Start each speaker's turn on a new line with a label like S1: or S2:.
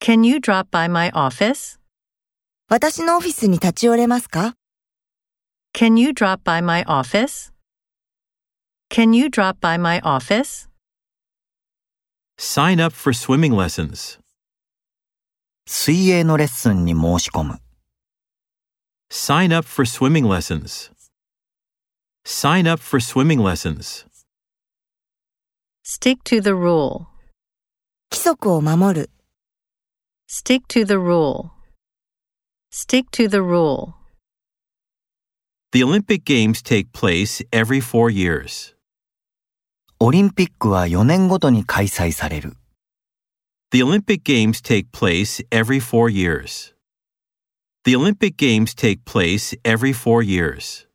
S1: Can you drop by my office?
S2: 私のオフィスに立ち寄れますか
S1: Can you drop by my office? Can you drop by my office?
S3: Sign up for swimming lessons.
S4: 水泳のレッスンに申し込む。
S3: Sign up for swimming lessons. Sign up for swimming lessons.
S1: Stick to the rule.
S2: 規則を守る。
S1: Stick to the rule. Stick to the rule.
S3: The Olympic Games take place every four years.
S4: オリンピックは4年ごとに開催される。
S3: The Olympic Games take place every four years. The Olympic Games take place every four years.